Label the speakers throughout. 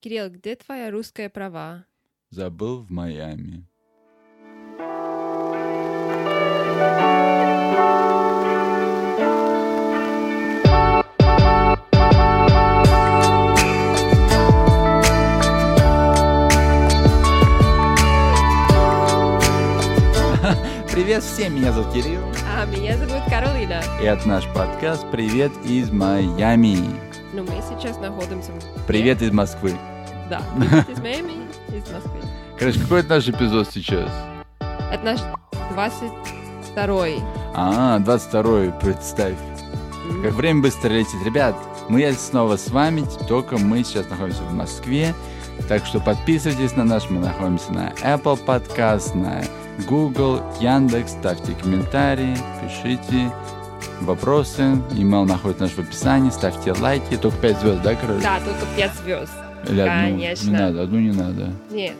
Speaker 1: Кирилл, где твоя русская права?
Speaker 2: Забыл в Майами. Привет всем, меня зовут Кирилл.
Speaker 1: А меня зовут Каролина.
Speaker 2: И это наш подкаст «Привет из Майами».
Speaker 1: Ну, мы сейчас находимся в...
Speaker 2: Привет из Москвы.
Speaker 1: Да, привет из Майами, из Москвы.
Speaker 2: Короче, какой это наш эпизод сейчас?
Speaker 1: Это наш 22-й.
Speaker 2: А, 22-й, представь. Как время быстро летит. Ребят, мы опять снова с вами, только мы сейчас находимся в Москве. Так что подписывайтесь на наш, мы находимся на Apple Podcast, на Google, Яндекс, ставьте комментарии, пишите вопросы. Email находится наш в описании, ставьте лайки. Только 5 звезд, да, короче?
Speaker 1: Да, только 5 звезд.
Speaker 2: Или одну?
Speaker 1: конечно.
Speaker 2: Не надо, одну не надо.
Speaker 1: Нет.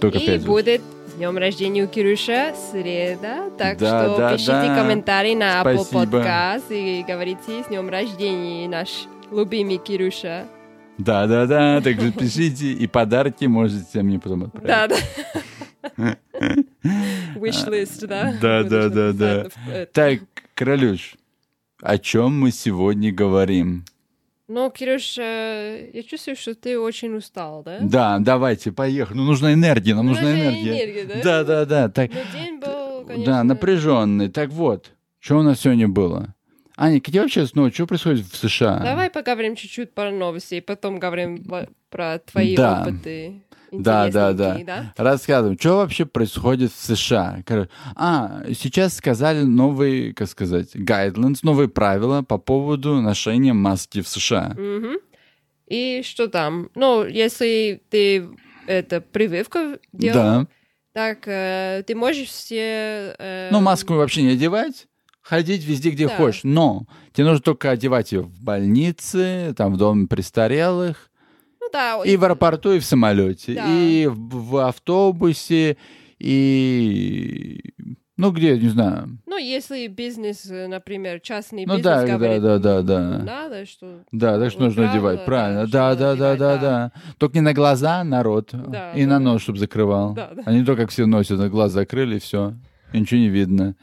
Speaker 2: Только
Speaker 1: И
Speaker 2: 5 звезд.
Speaker 1: будет днем рождения у Кирюша среда, так
Speaker 2: Да,
Speaker 1: что
Speaker 2: да,
Speaker 1: пишите
Speaker 2: да.
Speaker 1: комментарии на Apple
Speaker 2: Спасибо.
Speaker 1: Podcast и говорите с днем рождения наш любимый Кирюша.
Speaker 2: Да-да-да, так же пишите. И подарки можете мне потом отправить.
Speaker 1: Да, да. Wishlist, да?
Speaker 2: Да, да, да,
Speaker 1: Нужно
Speaker 2: да.
Speaker 1: писать в- э,
Speaker 2: Так, Королюш, о чем мы сегодня говорим?
Speaker 1: Ну, Кирюш, э, я чувствую, что ты очень устал, да?
Speaker 2: Да, давайте, поехали. Ну, нужна энергия, нам
Speaker 1: Ну,
Speaker 2: нужна
Speaker 1: даже
Speaker 2: энергия.
Speaker 1: энергия, да?
Speaker 2: Да, да, да. Так,
Speaker 1: Ну, день был, конечно...
Speaker 2: да, напряженный. Так вот, что у нас сегодня было? Аня, где вообще, ну, что происходит в США?
Speaker 1: Давай поговорим чуть-чуть про новости, и потом говорим во- про твои
Speaker 2: Да.
Speaker 1: опыты.
Speaker 2: Да, да, да.
Speaker 1: интересненькие, да.
Speaker 2: Рассказываем, что вообще происходит в США. Короче, а, сейчас сказали новые, как сказать, guidelines, новые правила по поводу ношения маски в США.
Speaker 1: Мгм. И что там? Ну, если ты это прививка делал,
Speaker 2: Да.
Speaker 1: так э, ты можешь все... э,
Speaker 2: Ну, маску вообще не одевать, ходить везде, где
Speaker 1: Да.
Speaker 2: хочешь. Но тебе нужно только одевать ее в больнице, там, в доме престарелых,
Speaker 1: Ну, да,
Speaker 2: и в аэропорту, и в самолете,
Speaker 1: Да.
Speaker 2: и в, в автобусе, и... Ну, где, не знаю.
Speaker 1: ну, если бизнес, э, например, частный
Speaker 2: Ну,
Speaker 1: бизнес
Speaker 2: да, да,
Speaker 1: говорит,
Speaker 2: да, да, да.
Speaker 1: надо, что...
Speaker 2: Да, так что нужно
Speaker 1: Правила,
Speaker 2: одевать,
Speaker 1: да,
Speaker 2: правильно.
Speaker 1: что
Speaker 2: Да,
Speaker 1: надо
Speaker 2: да, да,
Speaker 1: одевать,
Speaker 2: да, да.
Speaker 1: да.
Speaker 2: Только не на глаза народ,
Speaker 1: Да,
Speaker 2: и
Speaker 1: да,
Speaker 2: на
Speaker 1: да.
Speaker 2: нос, чтобы закрывал.
Speaker 1: Да, да.
Speaker 2: А не то, как все носят, на глаз закрыли, все, ничего не видно.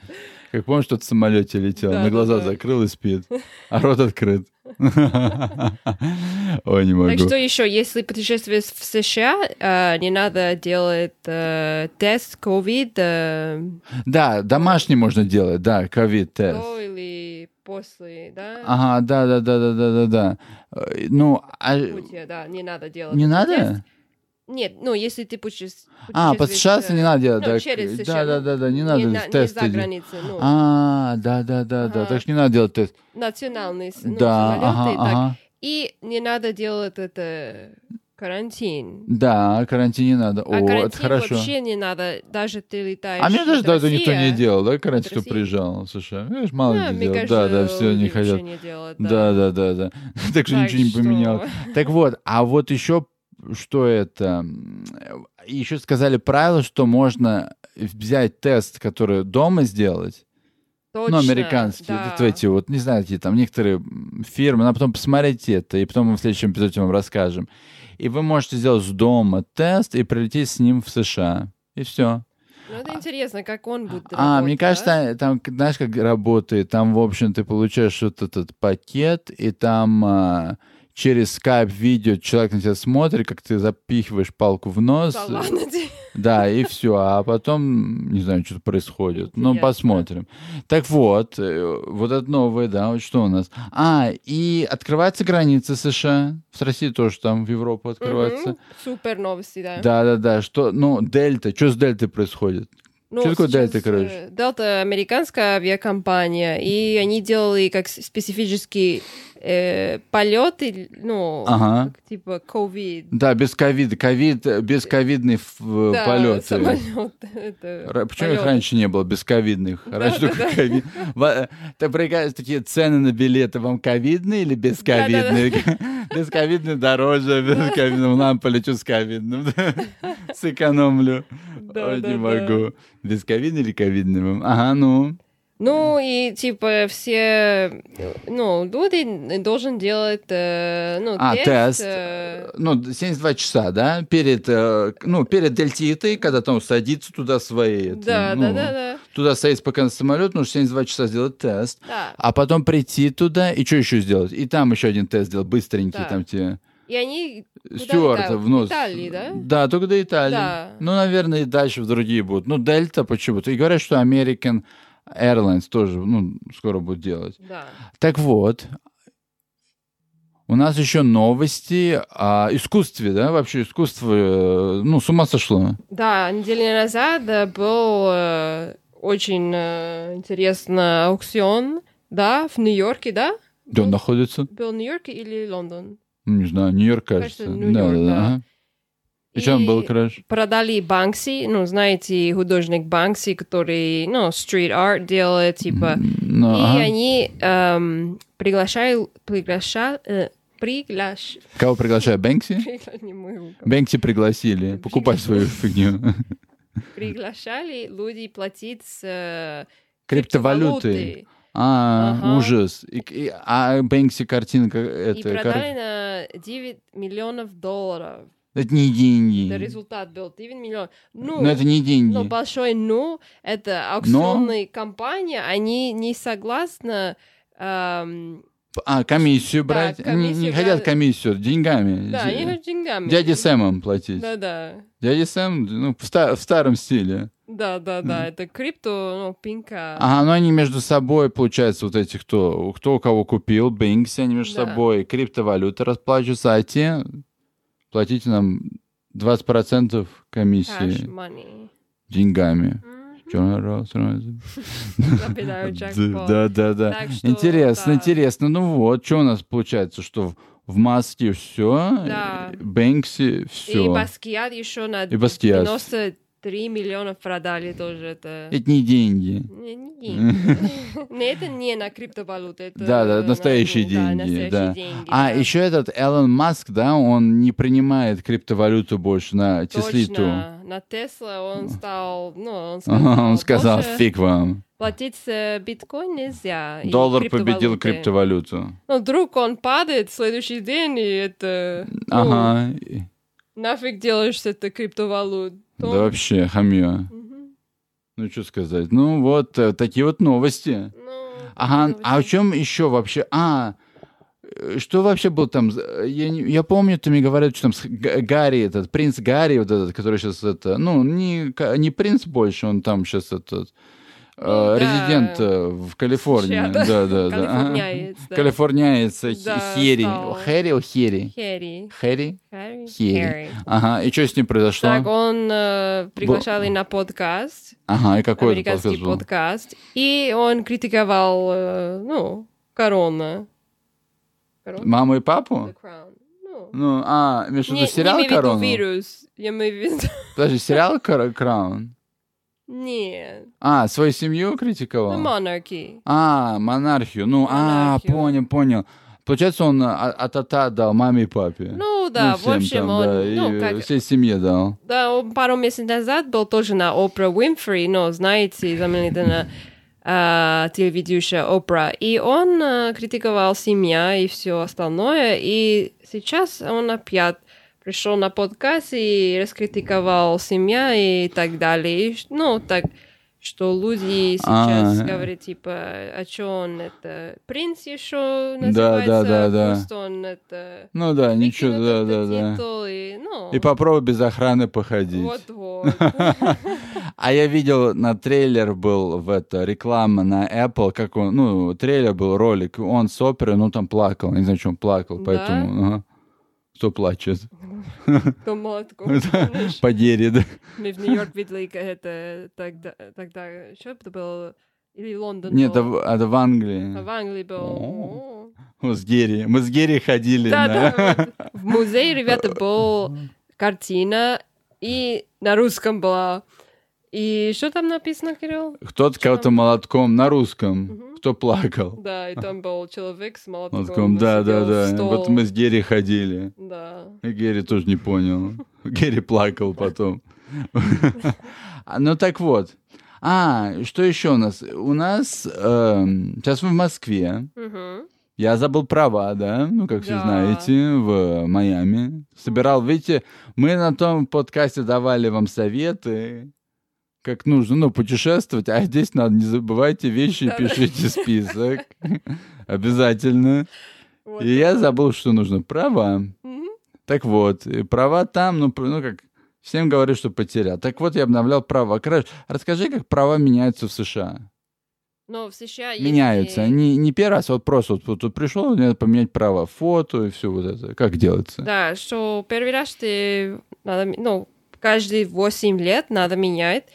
Speaker 2: Как помнишь, тот в самолете летел,
Speaker 1: Да,
Speaker 2: на
Speaker 1: да,
Speaker 2: глаза
Speaker 1: да.
Speaker 2: закрыл и спит, а рот открыт. Ой, не
Speaker 1: Так
Speaker 2: могу.
Speaker 1: что еще, если путешествие в США, э, не надо делать э, тест COVID э,
Speaker 2: Да, домашний можно делать, да, ковид-тест.
Speaker 1: до или после, да?
Speaker 2: Ага, да, да, да, да, да, да, да. Э, Ну, а
Speaker 1: Будь я, да, не надо делать.
Speaker 2: не
Speaker 1: этот
Speaker 2: надо?
Speaker 1: тест. Нет, ну, если ты путеше- путешествуешь...
Speaker 2: А, по США не надо делать,
Speaker 1: ну,
Speaker 2: да,
Speaker 1: через
Speaker 2: к-
Speaker 1: США,
Speaker 2: да, да,
Speaker 1: ну,
Speaker 2: да, да, не
Speaker 1: не,
Speaker 2: надо
Speaker 1: на- не
Speaker 2: тесты
Speaker 1: за
Speaker 2: делать.
Speaker 1: границей, ну,
Speaker 2: А, да, да, да, да.
Speaker 1: Ага.
Speaker 2: Так что не надо делать тест.
Speaker 1: национальные с- ну,
Speaker 2: да, ага,
Speaker 1: самолеты, так.
Speaker 2: ага.
Speaker 1: И не надо делать это карантин.
Speaker 2: Да, карантин не надо.
Speaker 1: а
Speaker 2: О,
Speaker 1: карантин
Speaker 2: это хорошо.
Speaker 1: вообще не надо, даже ты летаешь
Speaker 2: А мне даже
Speaker 1: от
Speaker 2: до этого никто не
Speaker 1: России.
Speaker 2: делал, да, карантин, кто
Speaker 1: России.
Speaker 2: приезжал, слушай, видишь, мало
Speaker 1: Да,
Speaker 2: ли
Speaker 1: А, мне
Speaker 2: делал.
Speaker 1: кажется,
Speaker 2: да, да, все, не
Speaker 1: люди вообще
Speaker 2: хотят.
Speaker 1: не делают,
Speaker 2: Да, да, да, да. Так что
Speaker 1: Так
Speaker 2: ничего не
Speaker 1: что-
Speaker 2: поменялось. Так вот, а вот еще что это? Еще сказали правило, что можно взять тест, который дома сделать,
Speaker 1: Точно,
Speaker 2: ну, американские,
Speaker 1: да.
Speaker 2: вот эти вот, не знаю, какие там некоторые м, фирмы, надо потом посмотреть это, и потом мы в следующем эпизоде вам расскажем. И вы можете сделать с дома тест и прилететь с ним в США. И все.
Speaker 1: Ну, это интересно, как он будет
Speaker 2: А,
Speaker 1: работать,
Speaker 2: мне
Speaker 1: да?
Speaker 2: кажется, там, к- знаешь, как работает, там, в общем, ты получаешь вот этот пакет, и там а, через скайп-видео человек на тебя смотрит, как ты запихиваешь палку в нос.
Speaker 1: Да ладно тебе.
Speaker 2: Да, и все. А потом, не знаю, что-то происходит. Ну,
Speaker 1: Интересно.
Speaker 2: посмотрим. Так вот, э, вот это новое, да, вот что у нас. А, и открываются границы США. С Россией тоже там в Европу открываются.
Speaker 1: Мгм. Супер новости, да.
Speaker 2: Да-да-да, что, ну, Дельта, что с Дельтой происходит?
Speaker 1: Ну,
Speaker 2: Что такое
Speaker 1: сейчас,
Speaker 2: Delta, короче?
Speaker 1: э, Delta американская авиакомпания, и они делали как с- специфические э, полеты, ну,
Speaker 2: Ага.
Speaker 1: как типа COVID.
Speaker 2: Да, без ковида, ковид, э, бесковидные ф- э,
Speaker 1: Да,
Speaker 2: полеты.
Speaker 1: самолет, это,
Speaker 2: Ра- Почему их
Speaker 1: полеты.
Speaker 2: раньше не было без ковидных? Раньше
Speaker 1: да,
Speaker 2: только ковид. Ва- Ты прикажешь, такие цены на билеты вам ковидные или бесковидные? Бесковидные дороже, без ковидного нам полечу с ковидным. Сэкономлю.
Speaker 1: Да,
Speaker 2: Ой,
Speaker 1: да,
Speaker 2: не
Speaker 1: да.
Speaker 2: могу. Бесковидный или ковидный? Ага, ну.
Speaker 1: Ну и типа все, ну, Дуды должен делать, э, ну,
Speaker 2: А, тест.
Speaker 1: э,
Speaker 2: Ну, 72 часа, да? Перед, э, ну, перед дельтитой, когда там садится туда свои... это,
Speaker 1: да,
Speaker 2: ну,
Speaker 1: да, да, да,
Speaker 2: Туда садится пока самолет, нужно 72 часа сделать тест.
Speaker 1: да.
Speaker 2: А потом прийти туда, и что еще сделать? И там еще один тест сделать, быстренький,
Speaker 1: Да.
Speaker 2: там тебе...
Speaker 1: И они, Куда
Speaker 2: Стюарт
Speaker 1: летают?
Speaker 2: в нос.
Speaker 1: Италии, да?
Speaker 2: Да, только до Италии.
Speaker 1: Да.
Speaker 2: Ну, наверное, и дальше в другие будут. Ну, Дельта почему-то. И говорят, что American Airlines тоже, ну, скоро будут делать.
Speaker 1: да,
Speaker 2: Так вот, у нас еще новости о искусстве, да, вообще искусство, э, ну, с ума сошло.
Speaker 1: да, неделю назад э, был э, очень э, интересный аукцион, да, в Нью-Йорке, да?
Speaker 2: Где он
Speaker 1: Ну,
Speaker 2: находится?
Speaker 1: Был Нью-Йорк или Лондон?
Speaker 2: Ну, Не знаю, Нью-Йорк,
Speaker 1: Кажется,
Speaker 2: кажется.
Speaker 1: Нью-Йорк, да.
Speaker 2: ага. И чем был
Speaker 1: И-
Speaker 2: краш?
Speaker 1: продали Банкси, ну, знаете, художник Банкси, который, ну, стрит-арт делает, типа,
Speaker 2: Ну,
Speaker 1: и
Speaker 2: ага.
Speaker 1: они эм, приглашают, приглаша, э, приглаш,
Speaker 2: Кого приглашаю? Бэнкси?
Speaker 1: пригла- не могу говорить.
Speaker 2: Бэнкси пригласили покупать свою фигню.
Speaker 1: приглашали людей платить с э,
Speaker 2: Криптовалюты. А,
Speaker 1: Ага.
Speaker 2: ужас. И- и- а Бэнкси картинка
Speaker 1: криптовалюты. И
Speaker 2: это,
Speaker 1: продали на 9 миллионов долларов.
Speaker 2: это не деньги.
Speaker 1: Это результат был 9 миллионов. Ну,
Speaker 2: Но это не деньги.
Speaker 1: Но большой «ну» — это аукционные компании, они не согласны... эм,
Speaker 2: А, комиссию
Speaker 1: Да,
Speaker 2: брать? Они не
Speaker 1: комиссию
Speaker 2: хотят
Speaker 1: брать.
Speaker 2: комиссию, деньгами.
Speaker 1: да,
Speaker 2: Д-
Speaker 1: они хотят деньгами.
Speaker 2: Дяде Сэмом платить.
Speaker 1: Да-да.
Speaker 2: Дядя Сэм, ну, в, ста- в старом стиле.
Speaker 1: Да-да-да, это крипто, ну, пинка.
Speaker 2: Ага, ну они между собой, получается, вот эти кто, кто у кого купил, Бинкси, они между
Speaker 1: Да.
Speaker 2: собой криптовалюты расплачиваются, а те платите нам 20%
Speaker 1: Cash
Speaker 2: комиссии
Speaker 1: money.
Speaker 2: деньгами.
Speaker 1: М,
Speaker 2: Чё, раз, раз.
Speaker 1: забираю джекпот.
Speaker 2: Да, да, да.
Speaker 1: Э, Так что,
Speaker 2: Интересно,
Speaker 1: да.
Speaker 2: интересно. Ну вот, что у нас получается, что в- в маске все,
Speaker 1: Да.
Speaker 2: Бэнкси
Speaker 1: И
Speaker 2: все.
Speaker 1: Баскиат еще на
Speaker 2: И Баскиат.
Speaker 1: 93 миллиона продали тоже это.
Speaker 2: Это не деньги.
Speaker 1: Не, не деньги. Но это не на криптовалюты. это
Speaker 2: Да, да,
Speaker 1: на-
Speaker 2: настоящие
Speaker 1: да,
Speaker 2: деньги,
Speaker 1: настоящие
Speaker 2: да.
Speaker 1: деньги,
Speaker 2: А
Speaker 1: да.
Speaker 2: еще этот Элон Маск, да, он не принимает криптовалюту больше на Теслиту.
Speaker 1: Точно. На Тесла он стал, ну, он сказал,
Speaker 2: Он сказал,
Speaker 1: «Боже,
Speaker 2: фиг вам.
Speaker 1: платить с биткоин нельзя. и
Speaker 2: Доллар победил
Speaker 1: криптовалюты».
Speaker 2: криптовалюту.
Speaker 1: Ну, вдруг он падает в следующий день, и это... ну,
Speaker 2: Ага. и-
Speaker 1: Нафиг делаешь с этой криптовалют.
Speaker 2: Да вообще, хамье.
Speaker 1: Мгм.
Speaker 2: Ну, что сказать. Ну, вот э, такие вот новости.
Speaker 1: Ну,
Speaker 2: Ага,
Speaker 1: ну,
Speaker 2: а о чем еще вообще? А, э, что вообще был там? за- Я, не- я помню, ты мне говорил, что там с Га- Гарри, этот принц Гарри, вот этот, который сейчас это, ну, не, ка- не принц больше, он там сейчас этот э,
Speaker 1: Ну, да.
Speaker 2: резидент э, в Калифорнии.
Speaker 1: Чья, да.
Speaker 2: Да, да, да.
Speaker 1: Калифорняец, да.
Speaker 2: Калифорняец, э,
Speaker 1: Да,
Speaker 2: Хи- Херри.
Speaker 1: стал.
Speaker 2: Хэри, о, Херри.
Speaker 1: Херри.
Speaker 2: Хэри?
Speaker 1: Харри?
Speaker 2: Херри. Ага, и что с ним произошло?
Speaker 1: Так, он э, приглашал и на подкаст,
Speaker 2: Ага, и какой это
Speaker 1: американский
Speaker 2: подкаст был?
Speaker 1: подкаст, и он критиковал, э, ну, корона. Корона?
Speaker 2: Маму и папу?
Speaker 1: The Crown. Ну,
Speaker 2: Ну, а, между
Speaker 1: не, не
Speaker 2: сериал
Speaker 1: имею в виду
Speaker 2: «Корона»?
Speaker 1: вирус, я имею в виду...
Speaker 2: Подожди, сериал «Кор- «Краун»?
Speaker 1: Нет,
Speaker 2: А, свою семью
Speaker 1: The
Speaker 2: критиковал? É.
Speaker 1: Monarchy.
Speaker 2: а, монархию. Ну, а,
Speaker 1: Ну, Монархию.
Speaker 2: понял, понял. Получается, он а- от отца дал маме и папе.
Speaker 1: Ну да, в
Speaker 2: всем
Speaker 1: общем,
Speaker 2: там,
Speaker 1: он,
Speaker 2: да, и,
Speaker 1: ну,
Speaker 2: э,
Speaker 1: как,
Speaker 2: всей семье дал.
Speaker 1: Да, он пару месяцев назад был тоже на Опра Уинфри, но, знаете, знаменитая э, телеведущая Опра. И он э, критиковал семья и все остальное. И сейчас он опять пришел на подкаст и раскритиковал семья и так далее. И, ш- ну, так что люди сейчас
Speaker 2: А.
Speaker 1: говорят, типа, а что он это? Принц еще
Speaker 2: Да, да,
Speaker 1: называется?
Speaker 2: да, да.
Speaker 1: Просто он это...
Speaker 2: Ну да, ничего,
Speaker 1: выкинул
Speaker 2: да,
Speaker 1: этот
Speaker 2: да, да.
Speaker 1: титул И, ну,
Speaker 2: И попробуй без охраны походить.
Speaker 1: вот-вот.
Speaker 2: А я видел, на трейлер был в это реклама на Apple, как он, ну, трейлер был ролик, он с оперы, ну там плакал, не знаю, чем плакал,
Speaker 1: Да?
Speaker 2: поэтому, ага. кто плачет,
Speaker 1: То молотком.
Speaker 2: Да.
Speaker 1: Помнишь,
Speaker 2: подери, да.
Speaker 1: Мы в Нью-Йорк видели как это тогда, тогда что это было? Или Лондон
Speaker 2: Нет, это
Speaker 1: был?
Speaker 2: в- это в Англии.
Speaker 1: ну. А в Англии был.
Speaker 2: О.
Speaker 1: О.
Speaker 2: Мы с Герри. Мы с Герри ходили
Speaker 1: Да,
Speaker 2: на...
Speaker 1: да. вот. В музее, ребята, была картина, и на русском была. И что там написано, Кирилл?
Speaker 2: Кто-то кого-то
Speaker 1: там?
Speaker 2: молотком на русском,
Speaker 1: Мгм.
Speaker 2: кто плакал.
Speaker 1: Да, и там был человек с молотком.
Speaker 2: Молотком, А. да, да,
Speaker 1: сидел в
Speaker 2: да.
Speaker 1: стол.
Speaker 2: Вот мы с Герри ходили.
Speaker 1: Да.
Speaker 2: И Герри тоже не понял. Герри плакал потом. А, Ну так вот. А, что еще у нас? У нас... эм, сейчас мы в Москве.
Speaker 1: Мгм.
Speaker 2: Я забыл права, да? Ну, как все
Speaker 1: Да.
Speaker 2: знаете, в э, Майами. Собирал, видите, мы на том подкасте давали вам советы, как нужно, ну, путешествовать. А здесь надо, не забывайте вещи,
Speaker 1: Да-да.
Speaker 2: пишите список. Обязательно.
Speaker 1: Вот.
Speaker 2: И я забыл, что нужно права.
Speaker 1: Мгм.
Speaker 2: Так вот, и права там, ну, пр- ну как, всем говорю, что потерял. Так вот, я обновлял права. Короче, расскажи, как права меняются в США.
Speaker 1: Но в США есть...
Speaker 2: Меняются.
Speaker 1: и-
Speaker 2: Не, не первый раз, а вот просто вот, вот пришел, надо поменять права, фото и все вот это. Как делается?
Speaker 1: Да, что первый раз ты... Надо, ми- ну, каждые 8 лет надо менять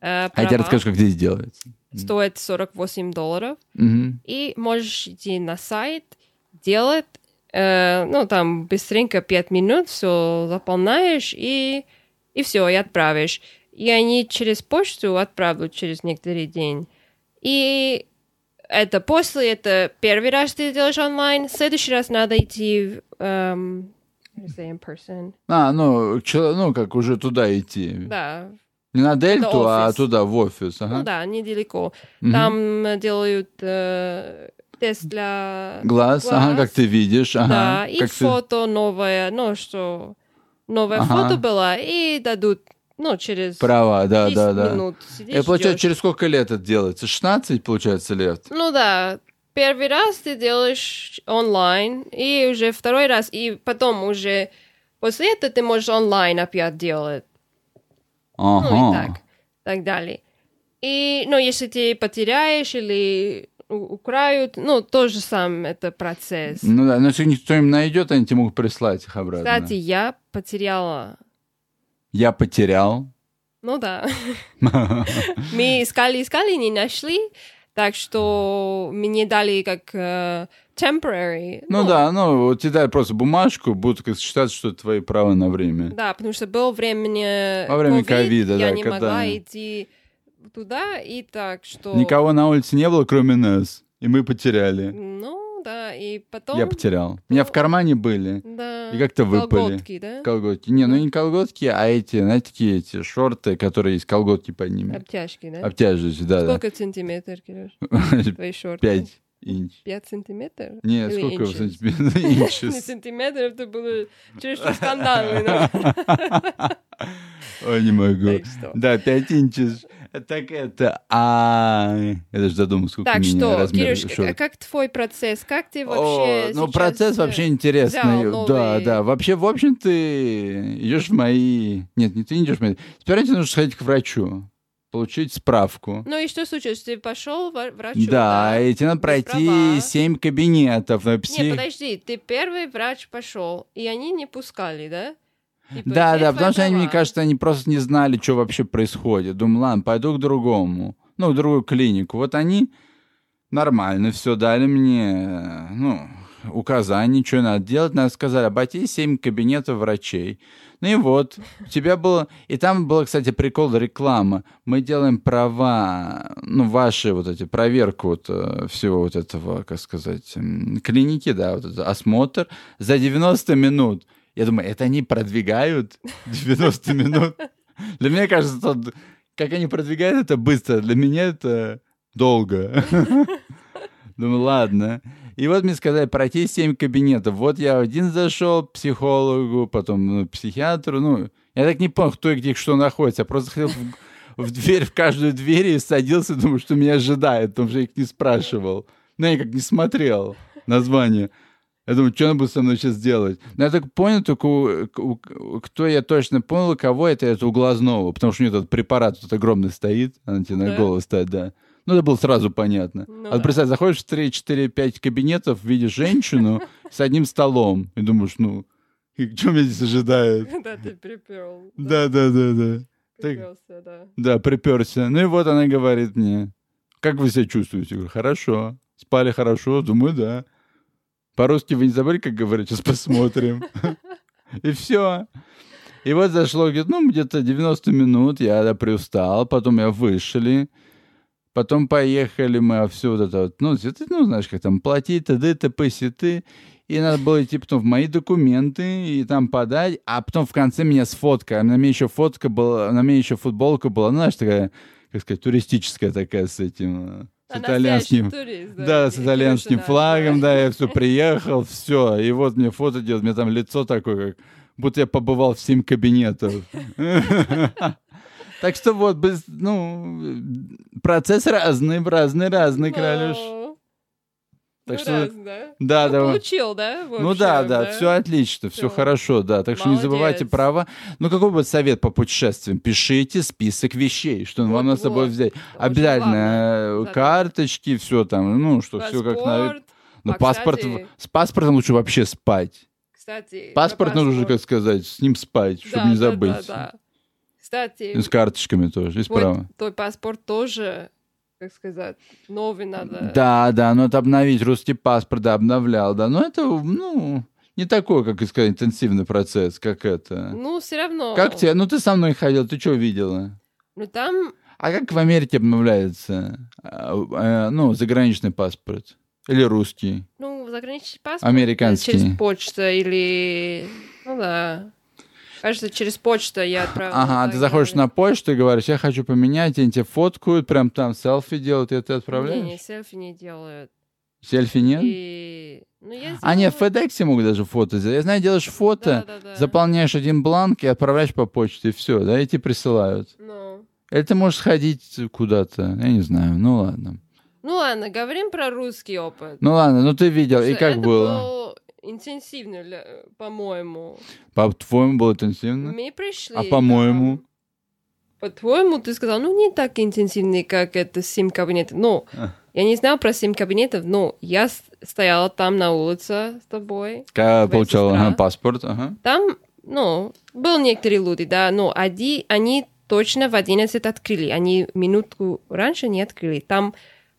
Speaker 1: э,
Speaker 2: а я тебе
Speaker 1: права.
Speaker 2: расскажу, как здесь делается.
Speaker 1: Стоит 48 долларов.
Speaker 2: Мгм.
Speaker 1: И можешь идти на сайт, делать, э, ну, там, быстренько 5 минут все заполняешь и, и все, и отправишь. И они через почту отправят через некоторый день. И это после, это первый раз ты делаешь онлайн, в следующий раз надо идти в... эм, what is it, in person?
Speaker 2: А, ну, к чело- ну, как уже туда идти.
Speaker 1: Да,
Speaker 2: Не на дельту, а
Speaker 1: офис.
Speaker 2: туда, в офис. Ага.
Speaker 1: ну да, недалеко.
Speaker 2: Мгм.
Speaker 1: Там э, делают э, тест для...
Speaker 2: Глаз, ага,
Speaker 1: глаз.
Speaker 2: как ты видишь. Ага.
Speaker 1: Да, и
Speaker 2: как ты-
Speaker 1: фото новое, ну что, новое
Speaker 2: Ага.
Speaker 1: фото было, и дадут, ну, через
Speaker 2: Права, да,
Speaker 1: 10
Speaker 2: да, да.
Speaker 1: минут сидишь,
Speaker 2: И получается,
Speaker 1: ждёшь.
Speaker 2: через сколько лет это делается? 16, получается, лет?
Speaker 1: Ну да, первый раз ты делаешь онлайн, и уже второй раз, и потом уже после этого ты можешь онлайн опять делать,
Speaker 2: Ага.
Speaker 1: ну и так, так далее. И, ну, если ты потеряешь или у- украют, ну, тоже сам это процесс.
Speaker 2: Ну да, но если никто им найдет, они тебе могут прислать их обратно.
Speaker 1: Кстати, я потеряла,
Speaker 2: Я потерял.
Speaker 1: ну да. Ну. Мы искали, искали, не нашли. Так что мне дали как э, temporary.
Speaker 2: Ну да, ну вот тебе дали просто бумажку, будут как считать, что это твои права на время.
Speaker 1: Да, потому что было время
Speaker 2: Во время
Speaker 1: COVID,
Speaker 2: ковида,
Speaker 1: я
Speaker 2: да,
Speaker 1: не
Speaker 2: когда-
Speaker 1: могла идти туда, и так что...
Speaker 2: Никого на улице не было, кроме нас. И мы потеряли.
Speaker 1: Ну, да, и потом...
Speaker 2: Я потерял. У меня в кармане были.
Speaker 1: Да,
Speaker 2: И как-то выпали.
Speaker 1: колготки, да?
Speaker 2: Колготки. Не, ну не колготки, а эти, знаете, такие эти шорты, которые есть колготки А под ними.
Speaker 1: Обтяжки, да?
Speaker 2: Обтяживающие, да,
Speaker 1: Сколько сантиметр, Кирюш,
Speaker 2: да.
Speaker 1: твои шорты?
Speaker 2: Пять инч.
Speaker 1: Пять сантиметров?
Speaker 2: Не,
Speaker 1: Или
Speaker 2: сколько в
Speaker 1: inches?
Speaker 2: сантиметрах?
Speaker 1: Не
Speaker 2: Инчес.
Speaker 1: сантиметров, это было чересчур скандально.
Speaker 2: Ой, не могу.
Speaker 1: Так что...
Speaker 2: Да, 5 инчес. Так это... а Я даже задумал, сколько у
Speaker 1: Так
Speaker 2: меня
Speaker 1: что,
Speaker 2: размер
Speaker 1: Кирюш, а
Speaker 2: шорт.
Speaker 1: как, как твой процесс? Как ты
Speaker 2: О,
Speaker 1: вообще
Speaker 2: ну,
Speaker 1: сейчас,
Speaker 2: процесс
Speaker 1: э,
Speaker 2: вообще интересный.
Speaker 1: взял
Speaker 2: Да,
Speaker 1: новый-
Speaker 2: да. Вообще, в общем, ты идешь в мои... Нет, не ты не идешь в мои. Сперва тебе нужно сходить к врачу, получить справку.
Speaker 1: Ну и что случилось? Ты пошел в- врачу?
Speaker 2: Да, и тебе надо
Speaker 1: без
Speaker 2: пройти
Speaker 1: права.
Speaker 2: 7 кабинетов на
Speaker 1: Не,
Speaker 2: псих.
Speaker 1: подожди, ты первый врач пошел, и они не пускали, да? Типа, И
Speaker 2: Да,
Speaker 1: получили
Speaker 2: да,
Speaker 1: твои
Speaker 2: потому что они, мне
Speaker 1: права.
Speaker 2: кажется, они просто не знали, что вообще происходит. Думаю, ладно, пойду к другому, ну, в другую клинику. Вот они нормально все дали мне, э, ну, указания, что надо делать. Надо сказали, обойти 7 кабинетов врачей. Ну и вот, у тебя было... И там было, кстати, прикол реклама. Мы делаем права, ну, ваши вот эти, проверку вот, э, всего вот этого, как сказать, м, клиники, да, вот это, осмотр за 90 минут. Я думаю, это они продвигают 90 минут. Для меня кажется, тот- как они продвигают это быстро, для меня это долго. Думаю, ладно. И вот мне сказали пройти 7 кабинетов. Вот я один зашел к психологу, потом ну, к психиатру. Ну, я так не понял, кто и где что находится. Я просто ходил в, в дверь, в каждую дверь и садился, думаю, что меня ожидает, потому что я их не спрашивал. Ну, я как не смотрел название. Я думаю, что она будет со мной сейчас делать? Но я так понял, только у- у- у- кто я точно понял, у кого это, это у глазного, потому что у нее этот препарат тут огромный стоит, она тебе на
Speaker 1: Да?
Speaker 2: голову ставит, да. Ну, это было сразу понятно.
Speaker 1: Ну
Speaker 2: а вот
Speaker 1: да.
Speaker 2: представь, заходишь в 3, 4, 5 кабинетов, видишь женщину с одним столом, и думаешь, ну, и что меня здесь ожидает?
Speaker 1: Да, ты приперл.
Speaker 2: Да, да, да, да. так-
Speaker 1: припёрся, да.
Speaker 2: Да, приперся. Ну и вот она говорит мне, как вы себя чувствуете? Я говорю, хорошо. Спали хорошо? Думаю, да. По-русски вы не забыли, как говорить? Сейчас посмотрим. И все. И вот зашло где-то, ну, где-то 90 минут, я да, приустал, потом я вышли, потом поехали мы, а все вот это вот, ну, все ты, ну, знаешь, как там, плати, т.д., т.п., сеты, и надо было идти потом в мои документы и там подать, а потом в конце меня сфоткали, на мне еще фотка была, на мне еще футболка была, ну, знаешь, такая, как сказать, туристическая такая с этим, э, с
Speaker 1: Она
Speaker 2: итальянским...
Speaker 1: настоящий турист,
Speaker 2: Да, с
Speaker 1: и
Speaker 2: итальянским
Speaker 1: Кирюша,
Speaker 2: флагом, да, я все приехал, все. И вот мне фото делают, у меня там лицо такое, как будто я побывал в семь кабинетов. Так что вот, без- ну, процесс разный, разный, разный, Кралюш.
Speaker 1: Ну,
Speaker 2: Так
Speaker 1: ну
Speaker 2: что,
Speaker 1: раз, да.
Speaker 2: да,
Speaker 1: Ну,
Speaker 2: да.
Speaker 1: Получил, да? в
Speaker 2: Ну
Speaker 1: общем,
Speaker 2: да, да, все отлично,
Speaker 1: Всё.
Speaker 2: все хорошо, да. Так что не забывайте
Speaker 1: Молодец.
Speaker 2: права. Ну какой бы совет по путешествиям? Пишите список вещей, что
Speaker 1: Вот,
Speaker 2: вам надо с собой
Speaker 1: вот.
Speaker 2: взять.
Speaker 1: Очень
Speaker 2: Обязательно э,
Speaker 1: важно.
Speaker 2: карточки, все там, ну что, все как на...
Speaker 1: Паспорт.
Speaker 2: Ну
Speaker 1: А,
Speaker 2: паспорт,
Speaker 1: кстати-
Speaker 2: с паспортом лучше вообще спать.
Speaker 1: Кстати, про
Speaker 2: Паспорт нужно, как сказать, с ним спать, чтобы
Speaker 1: Да,
Speaker 2: не
Speaker 1: да,
Speaker 2: забыть.
Speaker 1: да, да. Кстати,
Speaker 2: И с карточками тоже, и
Speaker 1: вот
Speaker 2: справа.
Speaker 1: твой паспорт тоже, как сказать, новый надо.
Speaker 2: Да, да, надо обновить русский паспорт, да, обновлял, да. Но это, ну, не такой, как сказать, интенсивный процесс, как это.
Speaker 1: Ну, все равно.
Speaker 2: Как тебе? Ну, ты со мной ходил, ты что видела?
Speaker 1: Ну, там
Speaker 2: А как в Америке обновляется, а, э, ну, заграничный паспорт? Или русский?
Speaker 1: Ну, заграничный паспорт.
Speaker 2: Американский.
Speaker 1: Через почту или... Ну да. Кажется, через почту я отправила.
Speaker 2: Ага, ты
Speaker 1: так,
Speaker 2: заходишь
Speaker 1: да.
Speaker 2: на почту и говоришь, я хочу поменять, и они тебя фоткают, прям там селфи делают, и ты отправляешь?
Speaker 1: Не, не, селфи не делают.
Speaker 2: Селфи нет?
Speaker 1: И... Ну, я
Speaker 2: А нет, в
Speaker 1: сделала-
Speaker 2: FedEx могут даже фото сделать. Я знаю, делаешь фото,
Speaker 1: Да, да, да.
Speaker 2: заполняешь один бланк и отправляешь по почте, и все, да, и тебе присылают.
Speaker 1: Ну.
Speaker 2: Или ты можешь сходить куда-то, я не знаю, ну ладно.
Speaker 1: Ну ладно, говорим про русский опыт.
Speaker 2: Ну ладно, ну ты видел, и
Speaker 1: Что
Speaker 2: как
Speaker 1: это
Speaker 2: было?
Speaker 1: был интенсивно, для- по-моему.
Speaker 2: По-твоему, было интенсивно?
Speaker 1: Мы пришли.
Speaker 2: А по-моему?
Speaker 1: там. По-твоему, ты сказал, ну не так интенсивный, как это семь кабинетов. Ну,
Speaker 2: А.
Speaker 1: я не знала про семь кабинетов, но я с- стояла там на улице с тобой.
Speaker 2: Когда
Speaker 1: Твоя
Speaker 2: получал
Speaker 1: сестра.
Speaker 2: ага, паспорт, ага.
Speaker 1: Там, ну, был некоторые люди, да, но оди- они точно в 11 открыли. Они минутку раньше не открыли. Там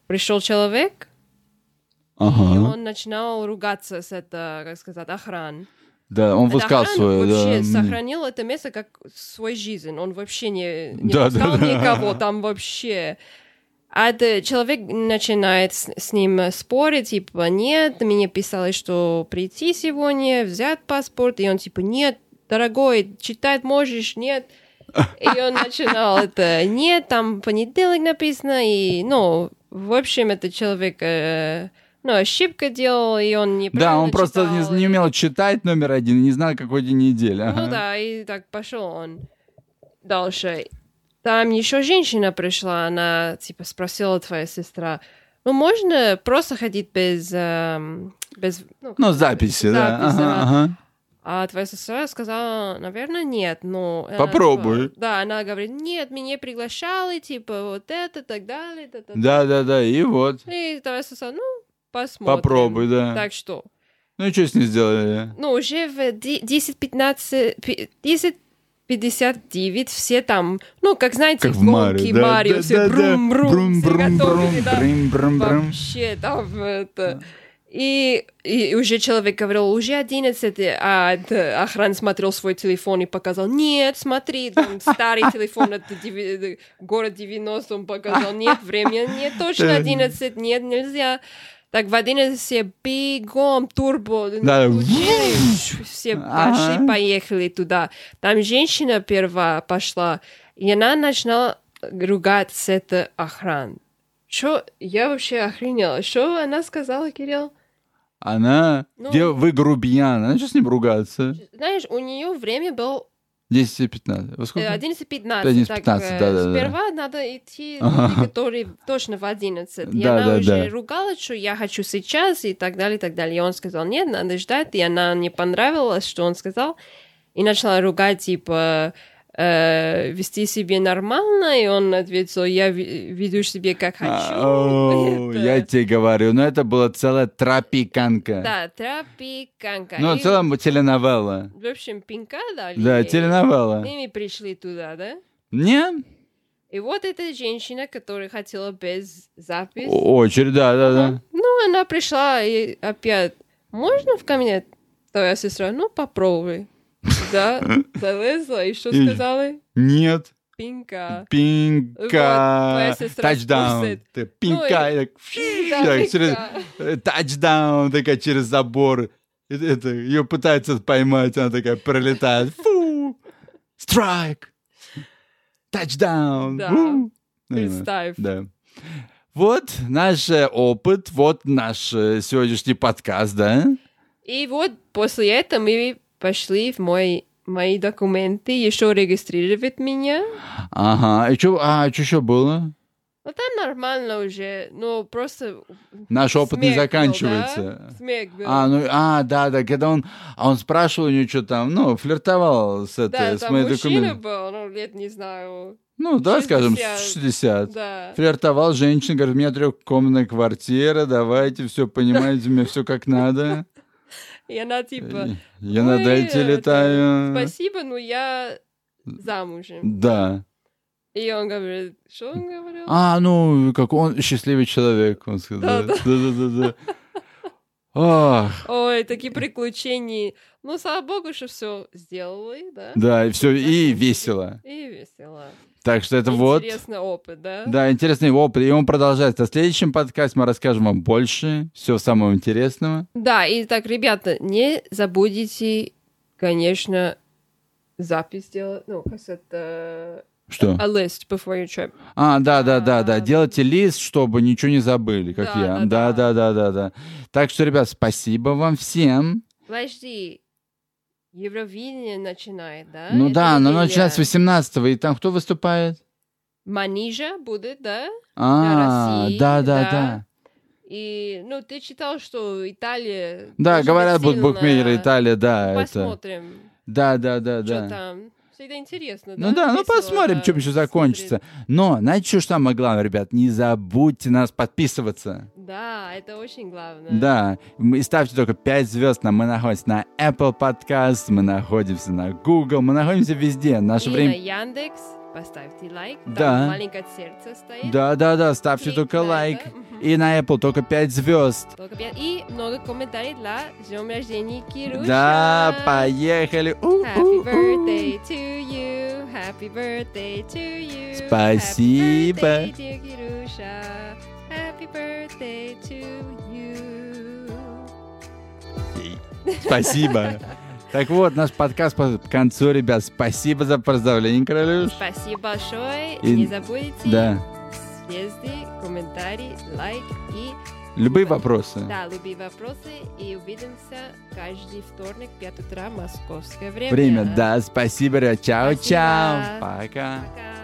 Speaker 1: пришел человек, и
Speaker 2: ага.
Speaker 1: он начинал ругаться с это, как сказать, охран.
Speaker 2: Да, он высказывает.
Speaker 1: вообще
Speaker 2: Да, м.
Speaker 1: сохранил это место как свой жизнь. Он вообще не, не
Speaker 2: Да, да,
Speaker 1: пускал
Speaker 2: да.
Speaker 1: никого там вообще. А это человек начинает с, с ним спорить, типа, нет, мне писали, что прийти сегодня, взять паспорт, и он типа, нет, дорогой, читать можешь, нет. И он начинал это, нет, там понедельник написано, и, ну, в общем, этот человек, э, ну, ошибка делал, и он не
Speaker 2: Да, он просто не, не умел читать номер один, не знал, какой день недели. ага.
Speaker 1: ну да, и так пошел он дальше. Там еще женщина пришла, она типа спросила твоя сестра, ну можно просто ходить без эм, без ну,
Speaker 2: Ну, записи, да.
Speaker 1: Записи,
Speaker 2: ага,
Speaker 1: да.
Speaker 2: ага.
Speaker 1: а твоя сестра сказала, наверное, нет, но... она,
Speaker 2: Попробуй.
Speaker 1: типа, да, она говорит, нет, меня приглашали, типа, вот это, так далее. та- та- та».
Speaker 2: Да, да, да, и вот.
Speaker 1: И твоя сестра, ну, посмотрим.
Speaker 2: Попробуй, да.
Speaker 1: Так что,
Speaker 2: Ну и что с ней сделали?
Speaker 1: ну, уже в де- 10-15, пи- 10.59 все там, ну, как знаете,
Speaker 2: Как в
Speaker 1: гонки
Speaker 2: Марио. да,
Speaker 1: Марио,
Speaker 2: да,
Speaker 1: все
Speaker 2: да, да.
Speaker 1: брум-брум, все
Speaker 2: брум,
Speaker 1: готовы,
Speaker 2: брум,
Speaker 1: да,
Speaker 2: брум, брум, брум.
Speaker 1: вообще там это...
Speaker 2: Да.
Speaker 1: И, и уже человек говорил, уже 11, а это охран смотрел свой телефон и показал, нет, смотри, там старый телефон, это деви- город 90, он показал, нет, время, нет, точно
Speaker 2: Да.
Speaker 1: 11, нет, нельзя. Так в 11 все бегом, турбо, ну,
Speaker 2: Да.
Speaker 1: включили, все
Speaker 2: Ага.
Speaker 1: пошли, поехали туда. Там женщина первая пошла, и она начала ругать с этой охран. Что? Я вообще охренела. Что она сказала, Кирилл?
Speaker 2: Она,
Speaker 1: Ну.
Speaker 2: где вы грубиян, она сейчас с ним ругаться.
Speaker 1: Знаешь, у нее время было
Speaker 2: 10 и 15. Во
Speaker 1: э,
Speaker 2: сколько?
Speaker 1: 11.15.
Speaker 2: 11:15,
Speaker 1: так, э,
Speaker 2: да-да-да.
Speaker 1: Сперва надо идти,
Speaker 2: Ага.
Speaker 1: который точно в 11. И
Speaker 2: Да,
Speaker 1: она
Speaker 2: да,
Speaker 1: уже
Speaker 2: да.
Speaker 1: ругала, что я хочу сейчас, и так далее, и так далее. И он сказал, нет, надо ждать. И она не понравилось, что он сказал. И начала ругать, типа, э, вести себе нормально. И он ответил, я ви- веду себя как хочу.
Speaker 2: Ау,
Speaker 1: Это-
Speaker 2: А, Я тебе говорю, но это была целая тропиканка.
Speaker 1: Да, тропиканка.
Speaker 2: Ну,
Speaker 1: И,
Speaker 2: в целом теленовелла.
Speaker 1: В общем, пинка дали.
Speaker 2: Да,
Speaker 1: ей.
Speaker 2: теленовелла.
Speaker 1: И мы пришли туда, да?
Speaker 2: Не?
Speaker 1: И вот эта женщина, которая хотела без записи.
Speaker 2: О- Очередь, да, да, да.
Speaker 1: Ну, она пришла и опять, можно в кабинет? Твоя сестра, ну, попробуй. Да, залезла, и что
Speaker 2: И-
Speaker 1: сказала?
Speaker 2: Нет.
Speaker 1: Пинка. Вот,
Speaker 2: Пинка.
Speaker 1: твоя сестра
Speaker 2: Тачдаун.
Speaker 1: спустит.
Speaker 2: Ты пинка. и так, фью, так, через-
Speaker 1: Да, пинка.
Speaker 2: э, Тачдаун. Такая через забор. И это, Ее пытаются поймать, она такая пролетает. Фу. Страйк. Тачдаун.
Speaker 1: Да.
Speaker 2: Ву. Ну, не
Speaker 1: Представь.
Speaker 2: знаю. Да. Вот наш э, опыт, вот наш э, сегодняшний подкаст, да?
Speaker 1: И вот после этого мы пошли в мой, мои документы, еще регистрировать меня.
Speaker 2: Ага, и что а, чё еще было?
Speaker 1: Ну там нормально уже, но просто
Speaker 2: Наш опыт не
Speaker 1: смех был,
Speaker 2: заканчивается.
Speaker 1: да? Смех был.
Speaker 2: А, ну, а, да, да, когда он, а он спрашивал у нее, что там, ну, флиртовал с
Speaker 1: да,
Speaker 2: этой, типа, с
Speaker 1: там
Speaker 2: моей
Speaker 1: мужчина
Speaker 2: документом.
Speaker 1: был, ну лет не знаю.
Speaker 2: Ну, да, скажем,
Speaker 1: 60.
Speaker 2: 60.
Speaker 1: Да.
Speaker 2: Флиртовал женщина, говорит, у меня трехкомнатная квартира, давайте, все понимаете, у меня все как надо.
Speaker 1: И она типа,
Speaker 2: Я на
Speaker 1: «Ой,
Speaker 2: дельте
Speaker 1: это,
Speaker 2: летаю.
Speaker 1: спасибо, но я замужем.
Speaker 2: Да.
Speaker 1: И он говорит, что он говорил?
Speaker 2: А, ну, как он счастливый человек, он сказал. Да,
Speaker 1: Да,
Speaker 2: да, да, да. Ах,
Speaker 1: Ой, такие приключения. Ну, слава богу, что все сделали, да?
Speaker 2: да, и все, и весело.
Speaker 1: И весело.
Speaker 2: Так что это вот.
Speaker 1: Интересный опыт, да?
Speaker 2: Да, интересный опыт. И он продолжается. В следующем подкасте мы расскажем вам больше, все самого интересного.
Speaker 1: Да, и так, ребята, не забудете, конечно, запись делать, ну, кассета...
Speaker 2: Что?
Speaker 1: A list before you trip.
Speaker 2: А, да, да, да, да.
Speaker 1: А.
Speaker 2: Делайте лист, чтобы ничего не забыли, как
Speaker 1: Да,
Speaker 2: я.
Speaker 1: да,
Speaker 2: Да,
Speaker 1: да.
Speaker 2: да, да, да, да. Так что, ребят, спасибо вам всем.
Speaker 1: Подожди, Евровидение начинает, да?
Speaker 2: Ну да,
Speaker 1: но
Speaker 2: но начинается с 18 и там кто выступает?
Speaker 1: Манижа будет, да?
Speaker 2: А,
Speaker 1: России,
Speaker 2: да, да,
Speaker 1: да.
Speaker 2: да.
Speaker 1: И, ну, ты читал, что Италия...
Speaker 2: Да,
Speaker 1: должна
Speaker 2: говорят,
Speaker 1: быть
Speaker 2: будут
Speaker 1: сильная.
Speaker 2: букмекеры Италия, да, это.
Speaker 1: Посмотрим,
Speaker 2: Да, да, да,
Speaker 1: что
Speaker 2: да.
Speaker 1: там. Всегда интересно, да?
Speaker 2: Ну да, ну
Speaker 1: Весело,
Speaker 2: посмотрим,
Speaker 1: да,
Speaker 2: чем еще закончится. Но, знаете, что ж самое главное, ребят, не забудьте нас подписываться.
Speaker 1: смотреть. Да, это очень главное.
Speaker 2: Да, М- и ставьте только 5 звезд нам. Мы находимся на Apple Podcast, мы находимся на Google, мы находимся везде. Наше
Speaker 1: И
Speaker 2: время...
Speaker 1: на Яндекс поставьте лайк. Там
Speaker 2: Да.
Speaker 1: маленькое сердце стоит.
Speaker 2: Да, да, да, ставьте
Speaker 1: Клик
Speaker 2: только
Speaker 1: на это.
Speaker 2: лайк.
Speaker 1: Мгм.
Speaker 2: И на Apple только 5 звезд.
Speaker 1: Только пя- И много комментариев для с днем рождения Кируша.
Speaker 2: Да, поехали. У, у,
Speaker 1: Happy
Speaker 2: у.
Speaker 1: birthday to you, happy birthday to you.
Speaker 2: Спасибо.
Speaker 1: Happy birthday, dear Кируша. Happy birthday to you.
Speaker 2: Ей. Спасибо. Так вот, наш подкаст по к концу, ребят. Спасибо за поздравление, королюш.
Speaker 1: Спасибо большое.
Speaker 2: И-
Speaker 1: Не забудьте
Speaker 2: Да.
Speaker 1: звезды, комментарии, лайк и
Speaker 2: Любые вопросы.
Speaker 1: да, любые вопросы. И увидимся каждый вторник, 5 утра, московское время.
Speaker 2: Время, да. Спасибо, ребят. Чао-чао.
Speaker 1: Спасибо.
Speaker 2: Пока.
Speaker 1: Пока.